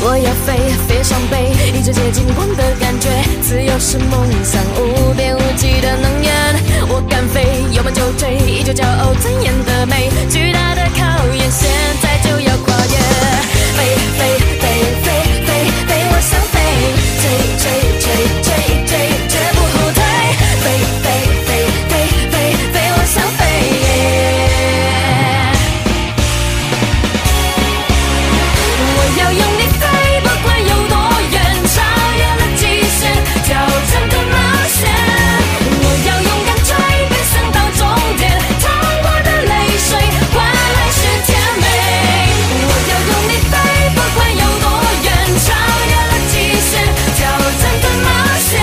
我要飞，飞上北，一直接近光的感觉。自由是梦想，无边无际的能源。我敢飞，有梦就追，依旧骄傲尊严的美。巨大的考验，现在就要跨越。飞飞飞飞飞飞，我想飞，追追追追追，绝不后退。飞飞飞飞飞飞，我想飞。我要用力飞，不管有多远，超越了极限，挑战的冒险。我要勇敢追，奔向到终点，淌过的泪水换来是甜美。我要用力飞，不管有多远，超越了极限，挑战的冒险。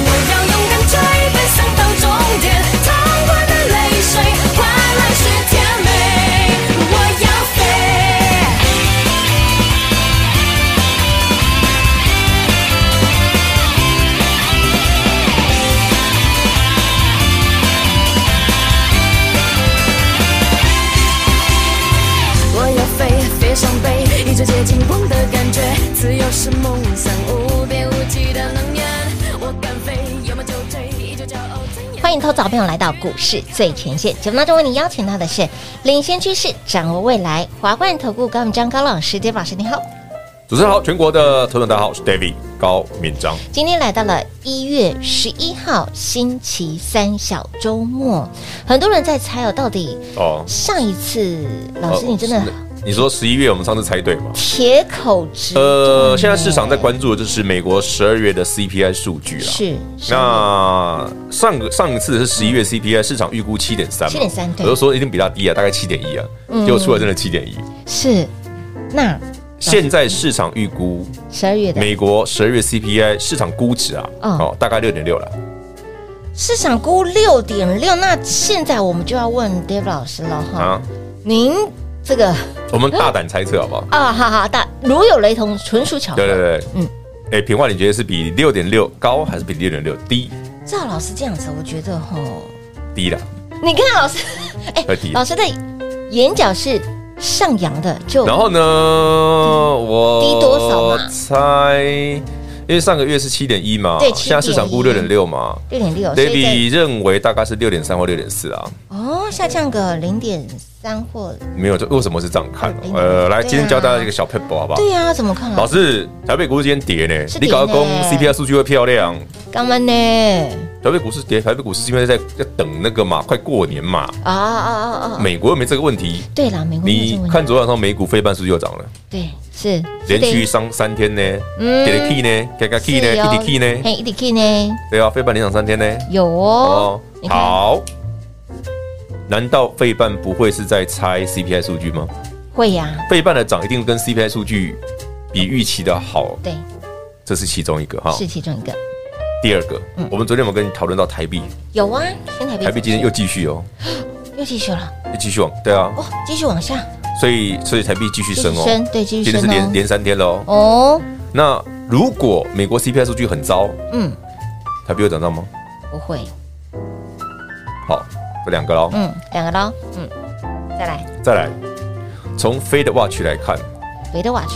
我要勇敢追，奔向到终点，淌过的泪水换来是甜美。我要飞。我要飞，飞上北，一直接近光的感觉。自由是梦想，无边无际的能源。我敢飞，有梦就追，依旧骄傲尊严。欢迎投资朋友来到股市最前线节目当中，为你邀请到的是领先趋势、掌握未来华冠投顾高敏章高老师，杰老师你好。主持人好，全国的投众大家好，我是 David 高敏章。今天来到了一月十一号星期三小周末，很多人在猜哦，到底哦，上一次老师呃你真的是你说十一月我们上次猜对吗？铁口直断呃，哎现在市场在关注的就是美国十二月的 CPI 数据啦。是那上个上一次是十一月 CPI 市场预估七点三， 7.3对嗯我就说一定比它低啊，大概七点一啊，结果出来真的七点一。是，那现在市场预估十二月的美国十二月 CPI 市场估值啊，嗯哦，大概六点六了。市场估六点六，那现在我们就要问 Dave 老师了哈，啊您这个我们大胆猜测好不好？啊，哈哈，大如有雷同，纯属巧合。对对对，嗯嗯，哎，平话你觉得是比六点六高还是比六点六低？赵老师这样子，我觉得吼，低了，你看老师， 哎、快提老师的眼角是上扬的，就然后呢，我低多少嘛猜，因为上个月是七点一嘛，对现在市场估六点六嘛。六点六，哦所以 David 认为大概是六点三或六点四啊，在哦下降个零点三或没有，这为什么是这样看嗯？呃，来，对啊今天教大家一个小 p e p 好不好？对啊，怎么看老啊？师，台北股市今天跌呢是，你搞个跌工呢 CPI 数据会漂亮，干嘛呢？台北股市跌，台北股市是因为在在等那个嘛，快过年嘛，啊啊啊啊！啊美国又没这个问题。对啦，美国没有哦这个你问题看昨晚上美股非半数就涨了，对是连是续上三天呢，嗯跌了 key 呢，加加的 key 呢，是哦一滴 key 呢，嘿一滴 key 呢对啊，非半连涨三天呢。有哦哦，你，看好，难道费半不会是在猜 CPI 数据吗？会呀、费半的涨一定跟 CPI 数据比预期的好，对，这是其中一个哈。是嗯其中一个第二个，我们昨天有没有跟你讨论到台币？有啊，跟台币台币今天又继续哦，又继续了又继续往对啊，哦，继续往下，所以所以台币继续升继续升哦，对继续今天是升哦连连三天了哦。哦，那如果美国 CPI 数据很糟，嗯，台币会涨涨吗？不会，好，这两个喽。嗯，两个咯，嗯，再来，再来，从 Fed Watch 来看，别的 watch，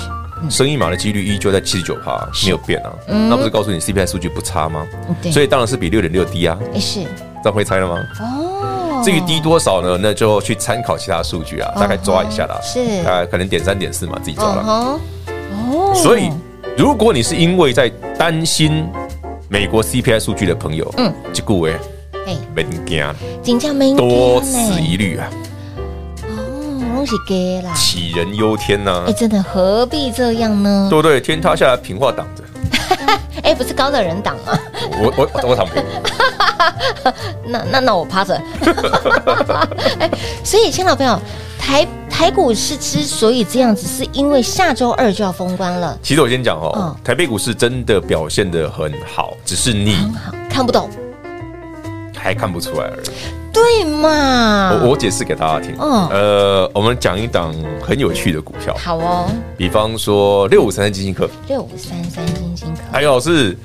升一码的几率依旧在七十九趴，没有变啊。那不是告诉你 CPI 数据不差吗？嗯对，所以以当然是比六点六低啊，是这样会猜了吗？哦，至于低多少呢？那就去参考其他数据啊，大概抓一下啦。是大概可能点三点四嘛，自己抓啦。哦吼，哦，所以，如果你是因为在担心美国 CPI 数据的朋友，嗯嗯，这顾为哎，别惊，紧张没多此一虑啊。拢是嗯给啦。杞人忧天呐、哎，真的何必这样呢？对不对？天塌下来，平话挡着，哎，不是高的人挡啊，我我我我躺 平，那那那我 趴着。哎，所以，亲老朋友，台台股市之所以这样子，是因为下周二就要封关了，其实我先讲哦嗯，台北股市真的表现得很好，只是你很好看不懂，还看不出来而已。对嘛？我我解释给大家听。嗯呃，我们讲一档很有趣的股票，好哦，比方说六五三三金星科。哎六五三三星星科，还有是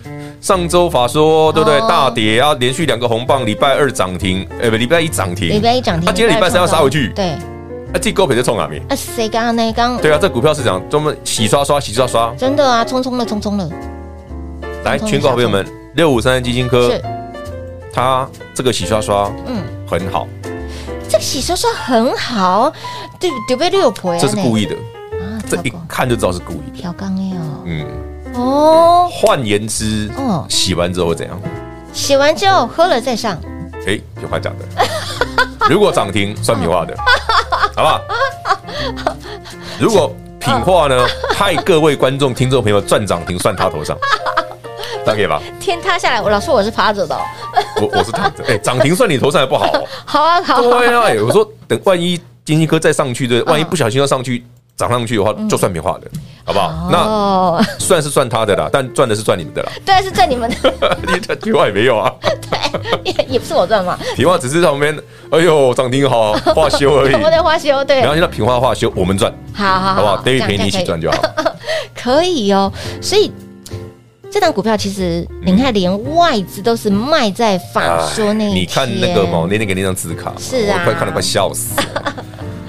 上周法说对不对？哦大跌啊，连续两个红棒，礼拜二涨停，哎不，礼拜一涨停，礼拜一涨停，啊今天礼拜三要杀回去对，啊，这高赔在冲哪边？啊，谁刚刚那刚对啊，这股票市场专门洗刷刷、洗刷刷。真的啊，冲冲了，冲冲了，来，冲全国好朋友们，六五三三基金科是，，它这个洗刷刷嗯，很好，这个洗刷刷很好，对对不对？六婆呀，这是故意的，啊，这这一一看就知道是故意的。调缸哎哦，嗯，哦，换言之哦，洗完之后会怎样？嗯洗完之后喝了再上，哎，有话讲的。 如果涨停算品 话的，好不好？如果品 话呢，害各位观众、听众朋友赚涨停算他头上，这样可以吧？天塌下来，我老说我是趴着的哦，我我 是躺着，哎，涨停算你头上还不好哦？好啊， 好嗯啊，对啊，哎，我说等万一金星科再上去对不对，万一不小心要上去涨上去的话，就算品话的，好不好？那嗯哦，算是算他的啦，但赚的是赚你们的 啦，对，是在你们的，你这品话也没有啊，对，也也不是我赚嘛， 品话只是旁边，哎呦，涨停好，化修而已。我在花修，对然，后现在品话化修，我们赚。好好好不好这？David 样陪你一起这样可以赚就好。 可以哦。所以这档股票其实你看，连外资都是卖在法说那一天，你看那个嘛，我那天给那张字卡嘛，是啊我快看得快笑死了。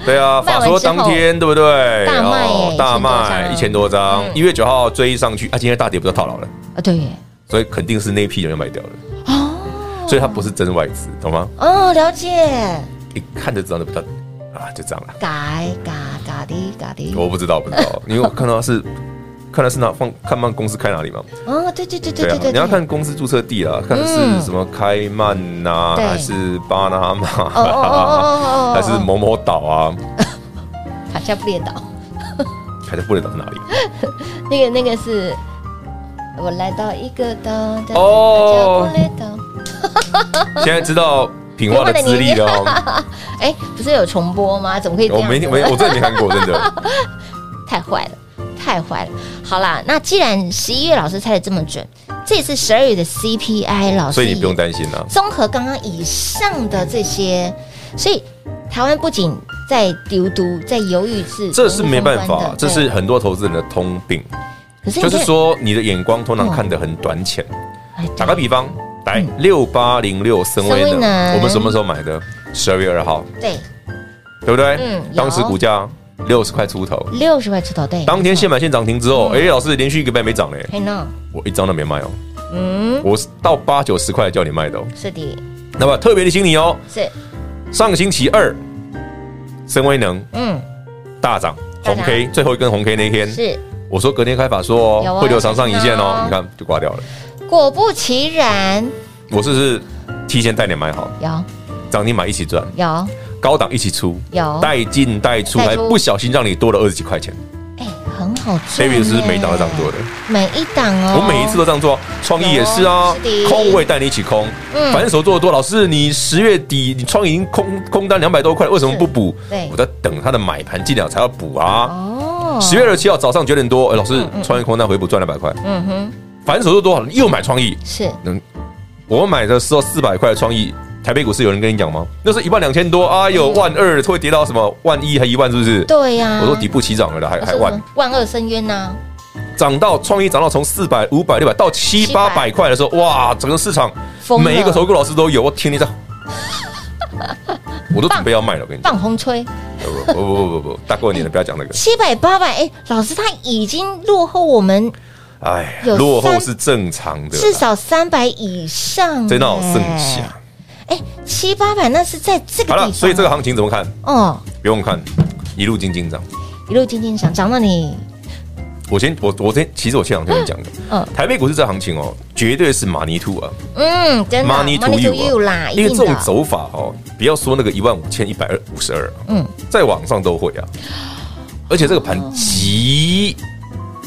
对 啊，卖法完说之后当天对不对？大卖耶哦大卖一千1000多张，啊嗯一月九号追上去，啊，今天大跌不知道套牢了，啊，对耶，所以肯定是那一批人要卖掉了，哦，所以它不是真外资，懂吗？哦，了解，一看就知道那不到啊，就这样了。改嘎嘎的嘎的，我不知道，不知道，因为我看到它是。看它是哪放看曼公司开哪里嘛？哦，对对对对对对，啊嗯你要看公司注册地啊啦，看是什么开曼呐，对还是巴拿马啊，哦哦哦哦哦哦， 还是某某岛啊，卡夏不列岛，还是不能岛 是哪里？那个那个是。我来到一个岛，哦卡夏布列岛。现在知道品花的资历了哦。哎，不是有重播吗？怎么可以这我样子呢？没听没我真的没看过，真的。太坏了，太坏了。好啦，那既然十一月老师猜的这么准，这也是十二月的 CPI 老师， 所以你不用担心啊啦。综合刚刚以上的这些，所以台湾不仅在丢毒，在犹豫是这是没办容易法，封关的这是很多投资人的通病，对可是你就是看，说你的眼光通常看得很短浅。哎打个比方，嗯来六八零六森威森威呢，能我们什么时候买的？十二月二号，对对不对？嗯有当时股价六十块出头，六十块出头，对，当天现买，买现涨停之后，哎，嗯老师连续一个礼拜没涨嘞，嘿 no，我一张都没卖哦，嗯，我是到八九十块叫你卖的哦。是的，那么特别提醒你哦，是，上星期二，森威能嗯，大涨，大红涨 K 最后一根红 K 那天，是。我说隔天开法说有哦，啊会留长上影线有啊哦，你看就挂掉了。果不其然，我是不是提前带你买好，有涨停买一起赚，有高档一起出，有，带进带出，哦带出还不小心让你多了二十几块钱。哎，很好赚耶。 David 是不是每档都这样做的，每一档哦，我每一次都这样做，创意也是啊有是的，空位带你一起空，嗯反正手做的多。老师，你十月底你创意已经空空单两百多块，为什么不补是对？我在等它的买盘进来我才要补啊。哦，十月二十七号早上九点多，哎老师创意空单回补赚两百块，嗯哼，反正手做多好，又买创意，是我买的时候四百块的创意，台北股市有人跟你讲吗？那是一万两千多，哎呦，万二会跌到什么万一还一万是不是？嗯对呀、我说底部起涨了啦，还我还说什万么万恶深渊呐、涨到创意涨到从四百、五百、六百到七八百块的时候，哇，整个市场疯了每一个投顾老师都有，我听你在，我都准备要卖了，我跟你讲，放风吹不不不不不，大过年的不要讲那个，七百八百，哎，老师他已经落后我们哎，有落后三是正常的啦，至少三百以上，真的好剩哎下。哎，七八百那是在这个好哎地方，了，所以这个行情怎么看？哦，不用看，一路进进涨。一路轻轻涨，涨到你我先我我先，其实我前两天讲的，嗯台北股市这行情哦，绝对是马尼兔啊，嗯，真的 Money to Money you 啦，啊一因为这定种的。走法哦，不要说那个一万五千一百二五十二，嗯嗯，在网上都会啊，而且这个盘极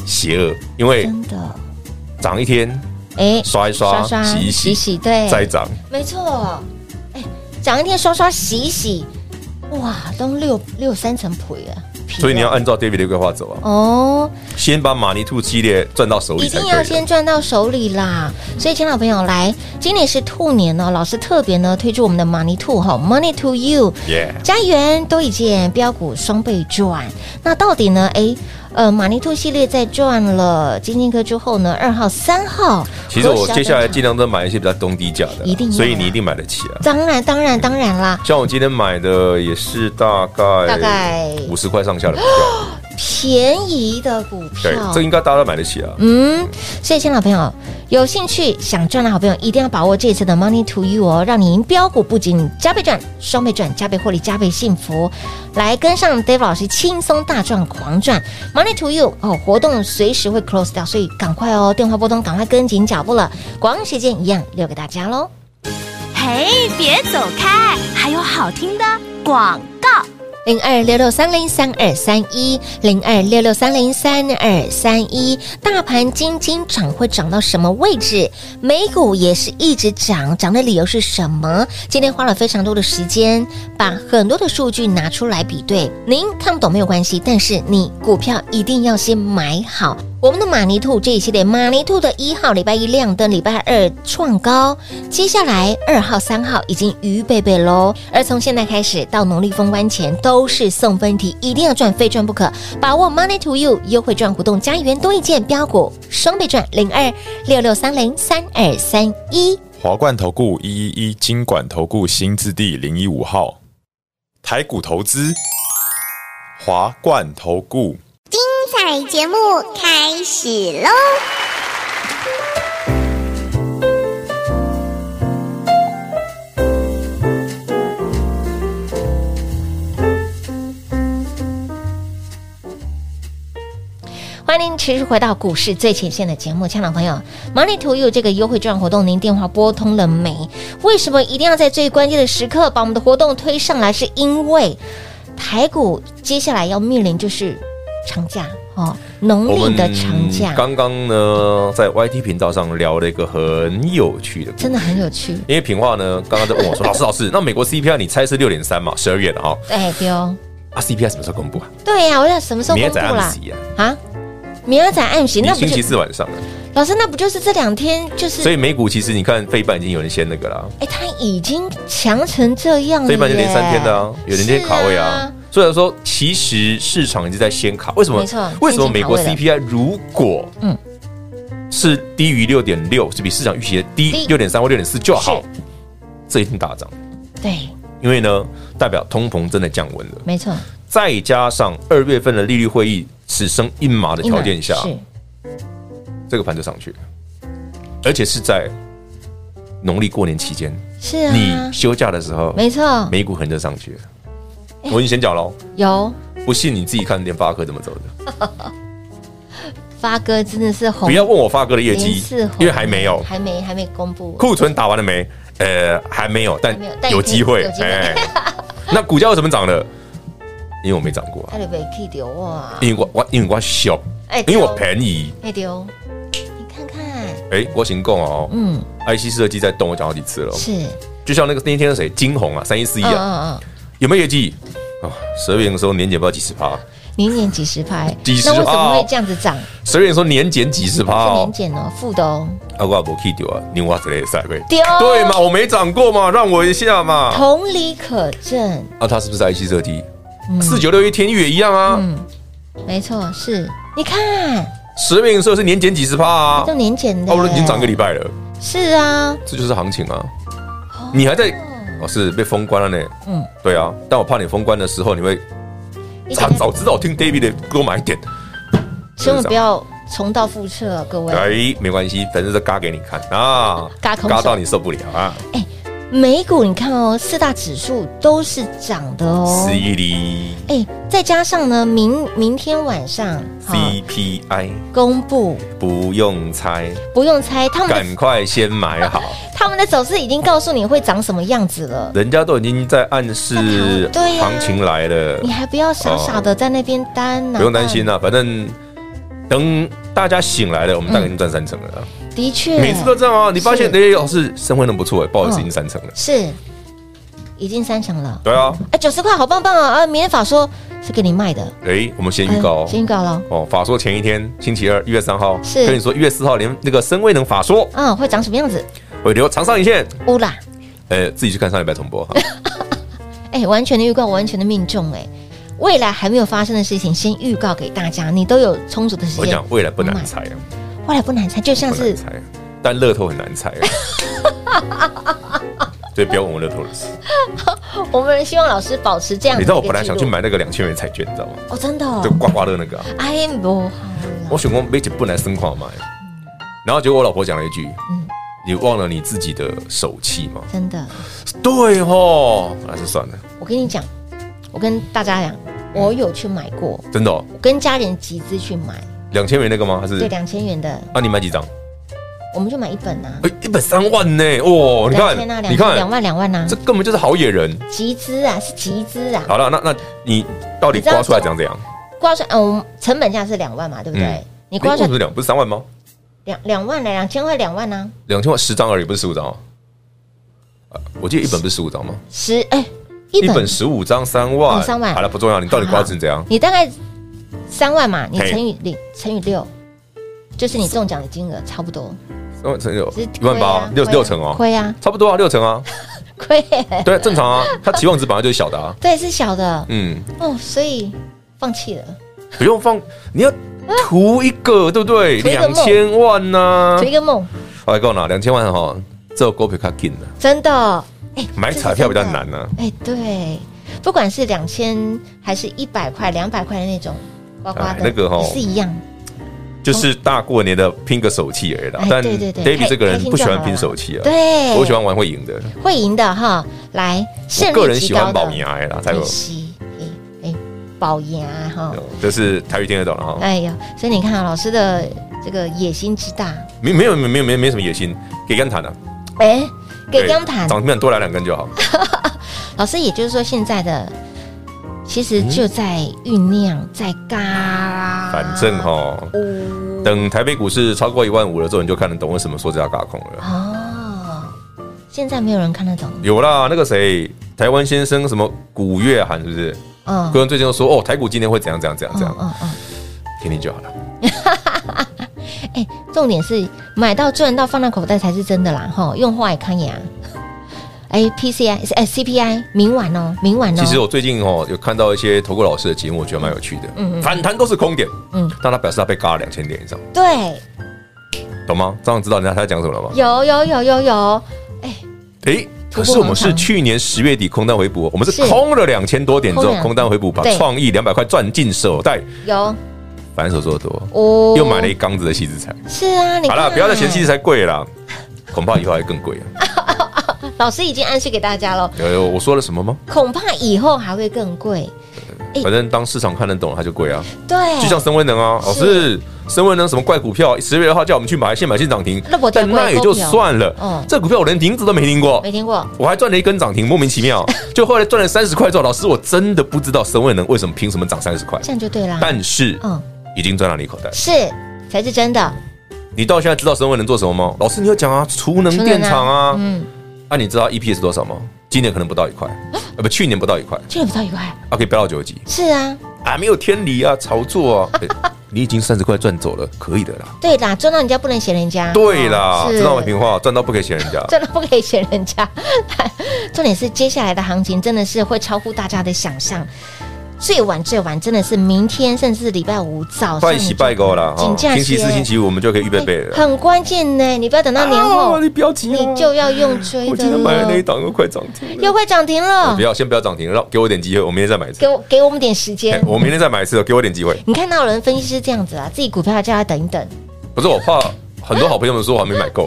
邪恶，因为真的，涨一天哎，刷一刷，洗一洗，洗，对，再涨，没错。哎，涨一天刷刷洗一洗，哇，都六六三层皮了。皮了啊所以你要按照 David 的规划走啊，哦，先把马尼兔系列赚到手里一才定要可以先啊。赚到手里啦。所以，亲爱的朋友，来，今年是兔年哦，老师特别呢推出我们的 Money To 哈，Money To You，耶，家园多一件标股双倍赚。那到底呢？诶，呃，马尼兔系列在赚了金金科之后呢，二号、三号，其实我接下来进，尽量都买一些比较中低价的啦，一定要啊所以你一定买得起啊。当然当然当然啦，像我今天买的也是大概大概哦五十块上下的股票，便宜的股票对，，这应该大家都买得起啊。嗯，所以，亲爱的朋友，有兴趣想赚的好朋友，一定要把握这次的 Money to You 哦，让你赢标股不仅加倍赚、双倍赚、加倍获利、加倍幸福，来跟上 Dave 老师轻松大赚狂赚 Money to You 哦，活动随时会 close 掉，所以赶快哦，电话拨通，赶快跟紧脚步了，广告时间一样留给大家喽。嘿，别走开，还有好听的广告。零二六六三零三二三一，零二六六三零三二三一。大盘今今涨会涨到什么位置？美股也是一直涨，涨的理由是什么？今天花了非常多的时间，把很多的数据拿出来比对。您看不懂没有关系，但是你股票一定要先买好。我们的马尼兔这一系列，马尼兔的一号礼拜一亮灯，礼拜二创高，接下来二号、三号已经鱼贝贝喽。而从现在开始到农历封关前，都是送分题，一定要赚，非赚不可。把握 Money to You 优惠赚活动，加一元多一件标股双倍赚，零二六六三零三二三一。华冠投顾一一一金管投顾新字第零一五号，台股投资，华冠投顾。彩节目开始喽！欢迎您持续回到股市最前线的节目，亲爱的朋友，Money to You 这个优惠券活动，您电话拨通了没？为什么一定要在最关键的时刻把我们的活动推上来？是因为台股接下来要面临就是长假哦，农我历们的长假，刚刚呢，在 YT 频道上聊了一个很有趣的故事，真的很有趣。因为品化呢，刚刚在问我说：“老师，老师，那美国 CPI 你猜是六点三嘛？十二月的哈、对丢，啊 CPI 什么时候公布啊？哎对呀、我想什么时候明公天布在暗啦？喜啊，啊，明儿载暗喜，你那不星期就四晚上啊。老师，那不就是这两天就是？所以美股其实你看，费半已经有人先那个啦，哎，他已经强成这样了，费半就连三天的啊，有人今天卡位嗯是啊。虽然说，其实市场已经在先卡，为什么？没错为什么美国先已 CPI 如果嗯嗯是低于六点六，是比市场预期的低低六点三或六点四就好，这一定大涨。对，因为呢，代表通膨真的降温了，没错，再加上二月份的利率会议只升一码的条件下，嗯是这个盘就上去了，而且是在农历过年期间，是啊，你休假的时候，没哎错，美股可能就上去了。我已经先讲喽，有不信你自己看联发科怎么走的，发哥真的是红，不要问我发哥的业哦连绩四红，因为还没有还没还没公布，库存打完了没？呃，还没有，但还没有但有机会哎有机。会，那股价为什么涨了？因为我没涨过啊，他就被 K 丢哇，因为我我因为我小，啊哎因为我便宜。哎丢，你看看，哎，我行共哦嗯， ，IC 设计在动，我讲好几次了哦。是，就像那个那一天是谁，金红啊，三一四一嗯啊，嗯嗯，有没有业绩？啊，十二月的时候年减不到几十趴，年年几十拍，几十那为什么趴会这样子涨？十二月的时候年减几十趴是年哦。减哦，负的哦，啊，我无去丢啊，你我之类的赛会。丢，对嘛，我没涨过嘛，让我一下嘛。同理可证，啊，它是不是 IC 设计？四九六一天宇也一样啊，嗯，没错，是，你看，十月营收是年减几十趴啊就，年减的，哦，已经涨一个礼拜了，是啊，这就是行情啊。你还在哦，是被封关了呢。嗯嗯，对啊，但我怕你封关的时候你会你早早知道我听 David 的多买一点。千万不要重蹈覆辙，各位。哎哎，没关系，反正这嘎给你看啊，嘎空手嘎到你受不了啊！美股你看哦，四大指数都是涨的哦。十一厘哎，再加上呢，明明天晚上好 CPI 公布，不用猜，不用猜，他们赶的快先 买好，他们的走势已经告诉你会长什么样子了，人家都已经在暗示对呀行情来了你，还不要傻傻的在那边单，哦啊不用担心了。啊啦，反正等大家醒来了，我们大概已经赚三成了啦。的确，每次都这样啊，你发现是哎，老师生辉能不错哎，不好意思，已经三成了。是已经三成了。对啊，哎，九十块好棒棒啊！啊，明天法说是给你卖的，哎，我们先预告哎先哦。预告了。哦，法说前一天，星期二，一月三号，是跟你说一月四号连那个深威能法说，嗯，会长什么样子？我留长上影线，乌啦，呃，自己去看上礼拜重 播哈。哎，完全的预告，完全的命中，哎，未来还没有发生的事情，先预告给大家，你都有充足的时我间讲。未来不难猜啊，未来不难猜，就像不难是猜啊，但乐透很难猜啊。 所以不要问我乐透的事。我们希望老师保持这样的你一知个记录。道我本来想去买那个两千元彩券，你知道吗？哦，真的哦就，刮刮乐那个啊，哎呀不好我选过每姐不来生狂买，然后结果我老婆讲了一句：“嗯你忘了你自己的手气吗真的。？”对吼，还是算了，我跟你讲，我跟大家讲，我有去买过，真的哦，我跟家人集资去买，两千元那个吗？还是对，？两千元的，啊，你买几张？我们就买一本啊，哎，一本三万呢！哦，你2000啊看，你2000两看，万两万啊这，根本就是好野人。集资啊，是集资啊，好了，那那你到底你知道刮出来怎样怎样？挂算，嗯，成本价是两万嘛，对不对嗯？你挂哎为算什么是两不是三万吗？两两万来，两千块两万呢，两千万十张而已，不是十五张哦。呃我记得一本不是十五张吗？十哎一一本本十五张，三哦万，三万好了，不重要，你到底刮成怎样？你大概三万嘛，你嘿乘以零乘以六，就是你中奖的金额差不多，三万乘以六只是一万亏八啊，六亏啊六成哦，亏啊 差不多啊，六成啊，亏耶，对，正常啊。他期望值本来就是小的啊，对，是小的嗯，哦，所以放弃了，不用放，你要图一个，对不对？图一个两梦千万呐做，一个梦，我跟我拿两千万哈，这股票较紧了，真的，哎，买这是彩票比较真的难啊呢。哎，对，不管是两千还是一百块、两百块的那种刮刮哎的，那个吼也是一样，就是大过年的拼个手气而已啦哎。但对对对 David 开这个开人心不喜就欢好拼了手气啊，对，我喜欢玩会赢的。会赢的哈，来，胜我率个人极喜高的欢保名癌啦，才有哎，是哎哎，保研啊哈，这是台语听得懂了哈。哎呀，所以你看啊老师的这个野心之大，没没有没有没有没有没什么野心，给干谈的，哎，给对刚谈，涨停板多来两根就好。老师也就是说现在的。其实就在酝酿，在嘎，反正哈，等台北股市超过一万五了之后，你就看得懂为什么说这叫嘎空了。哦，现在没有人看得懂，有啦，那个谁，台湾先生什么古月涵是不是？嗯个人最近都说哦，台股今天会怎样怎样怎样怎样，嗯嗯。听听就好了。哎，重点是买到赚到放到口袋才是真的啦，哈，用话也看牙。哎，PCI 哎 CPI 明晚哦，明晚哦。其实我最近哦有看到一些投顾老师的节目，我觉得蛮有趣的。反弹都是空点，嗯嗯，但他表示他被嘎了两千点以上，对，懂吗？这样知道人家他在讲什么了吗？有有有有有，诶，嗯突破可是我们盲是肠去年十月底空单回补，我们是是空了两千多点之空后了空单回补，把对创意两百块赚进手袋，有反手做多，哦又买了一缸子的西子菜。是啊，你好看了，不要再嫌西子菜贵了啦，恐怕以后还更贵啊。老师已经暗示给大家了，有有，我说了什么吗？恐怕以后还会更贵。哎反正当市场看得懂，它就贵啊。对，就像升温能啊，老是师，升温能什么怪股票？十月二号叫我们去买，现买现涨停那我，听但过那也就算嗯了。这股票我连停止都没听过，没听过，我还赚了一根涨停，莫名其 妙。就后来赚了三十块之后，老师，我真的不知道神威能为什么凭什么涨三十块，这样就对啦。但是嗯，已经赚到你口袋。是才是真啊的，你到现在知道神威能做什么吗？老师，你有讲啊，储能电嗯厂储啊，能嗯，那你知道 EPS 多少吗？今年可能不到一块，呃，不，去年不到一块，这个不到一块，啊，可以飙到九十几是啊，啊，没有天理啊，炒作 啊，哎你已经三十块赚走了，可以的啦。对啦，赚到人家不能嫌人家，对啦，哦是知道吗？平话赚到不可以嫌人家。真的不可以选人家。 重点是接下来的行情真的是会超乎大家的想象，最晚最晚真的是明天，甚至是礼拜五早上。拜喜拜高啦，请哦假歇星期四、星期五我们就可以预备备了。很关键呢，你不要等哎到年后啊，你不要急啊，你就要用追我的今天买的那一了，档又快涨停了。 又快涨停了呃不，要，先不要涨停，让给我点机会，我明天再买一次给。我给我们点时哎间。我明天再买一次，给我点机会。你看到有人分析师这样子啊，自己股票叫他等一等，嗯不是我怕很多好朋友们说我还没买够，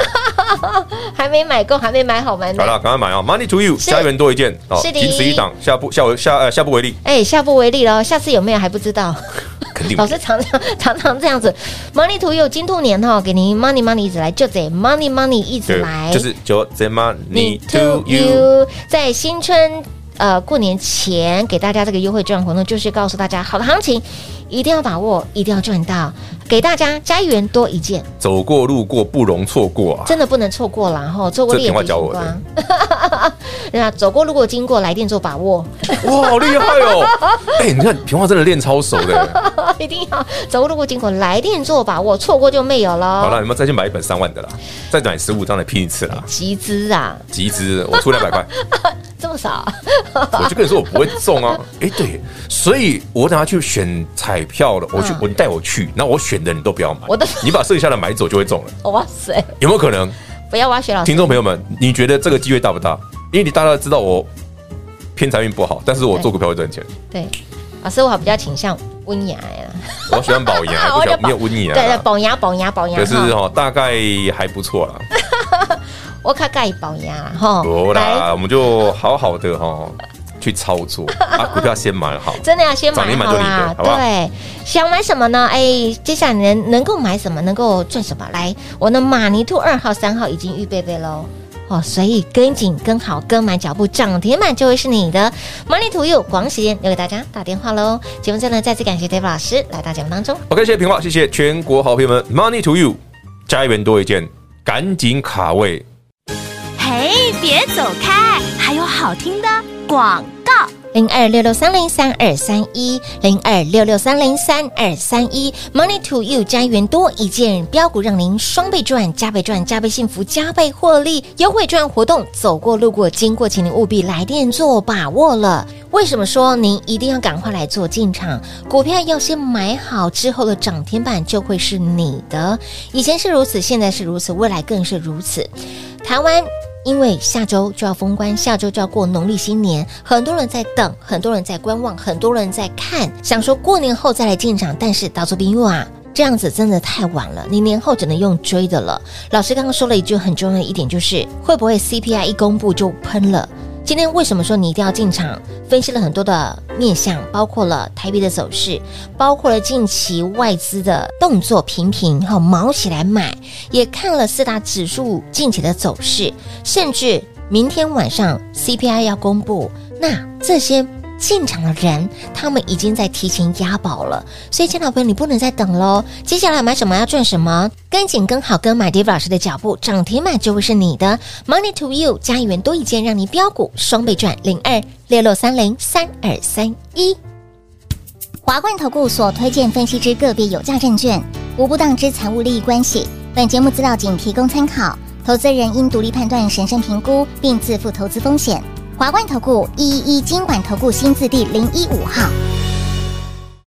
还没买够，还没买好买好买。了，赶快买啊！Money to you，是家园多一件哦，是的仅此一档，下不下为下呃下不为例，哎，下不为例喽，下次有没有还不知道。肯定老师常常 常常这样子，money 图有金兔年哈，给您 money money 一直来，就这 money money 一直对来，，就是就 the money to you。 you 在新春呃过年前给大家这个优惠券活动，就是告诉大家好的行情一定要把握，一定要赚到，给大家家园多一件，走过路过不容错过啊！真的不能错过了哈，错过这猎平话不教光我的光。那走过路过经过来电做把握， 哇，好厉害哦！ 哎，你看平花真的练超熟的。一定要走过路过经过来电做把握，错过就没有了。好了，你们再去买一本三万的啦，再买十五张来拼一次啦，集资啊，集资我出两 百块，这么少。 我就跟你说我不会中啊。哎，对，所以我等下去选彩票了，我去嗯我你带我去，那我选的你都不要买我都， 你把剩下的买走就会中了，哇塞！有没有可能？不要挖雪老师，听众朋友们，你觉得这个机会大不大？因为你大家都知道我偏财运不好，但是我做股票会赚钱，对，老师我比较倾向温雅呀，我喜欢保研， 不喜欢没有温你对对，啊。保牙保牙保牙可是哈，哦，大概还不错啦。我看盖保牙哈，不哦来啦，我们就好好的哈去操作，把股票先买好。真的要先涨买停板好就你的啦，好不好对，想买什么呢？哎，接下来能能够买什么，能够赚什么？来，我的马尼兔二号、三号已经预备备喽。哦，所以跟紧、跟好、跟满脚步，涨停板就会是你的。马尼图有广时间留给大家打电话喽。节目最后呢，再次感谢 David 老师来到节目当中。 OK，谢谢平话，谢谢全国好朋友们，Money to you，加一元多一件，赶紧卡位。嘿，别走开，还有好听的广告。零二六六三零三二三一零二六六三零三二三一，Money to You 加元多一件标股，让您双倍赚、加倍赚、加倍幸福、加倍获利。优惠券活动，走过路过经过，请您务必来电做把握了。为什么说您一定要赶快来做进场？股票要先买好之后的涨停板就会是你的。以前是如此，现在是如此，未来更是如此。台湾因为下周就要封关，下周就要过农历新年，很多人在等，很多人在观望，很多人在看，想说过年后再来进场，但是打做兵啊。这样子真的太晚了，你年后只能用追的了。老师刚刚说了一句很重要的一点，就是会不会 CPI 一公布就喷了？今天为什么说你一定要进场？分析了很多的面向，包括了台币的走势，包括了近期外资的动作频频，哈，毛起来买，也看了四大指数近期的走势，甚至明天晚上 CPI 要公布，那这些。进场的人，他们已经在提前押宝了，所以，亲爱的朋友，你不能再等喽。接下来买什么要赚什么，跟紧跟好跟买 Dave 老师的脚步，涨停板就会是你的。Money to you，加一元多一件，让你标股双倍赚。零二六六三零三二三一。华冠投顾所推荐分析之个别有价证券，无不当之财务利益关系。本节目资料仅提供参考，投资人应独立判断、审慎评估，并自负投资风险。华冠投顾一一一金管投顾新字第零一五号。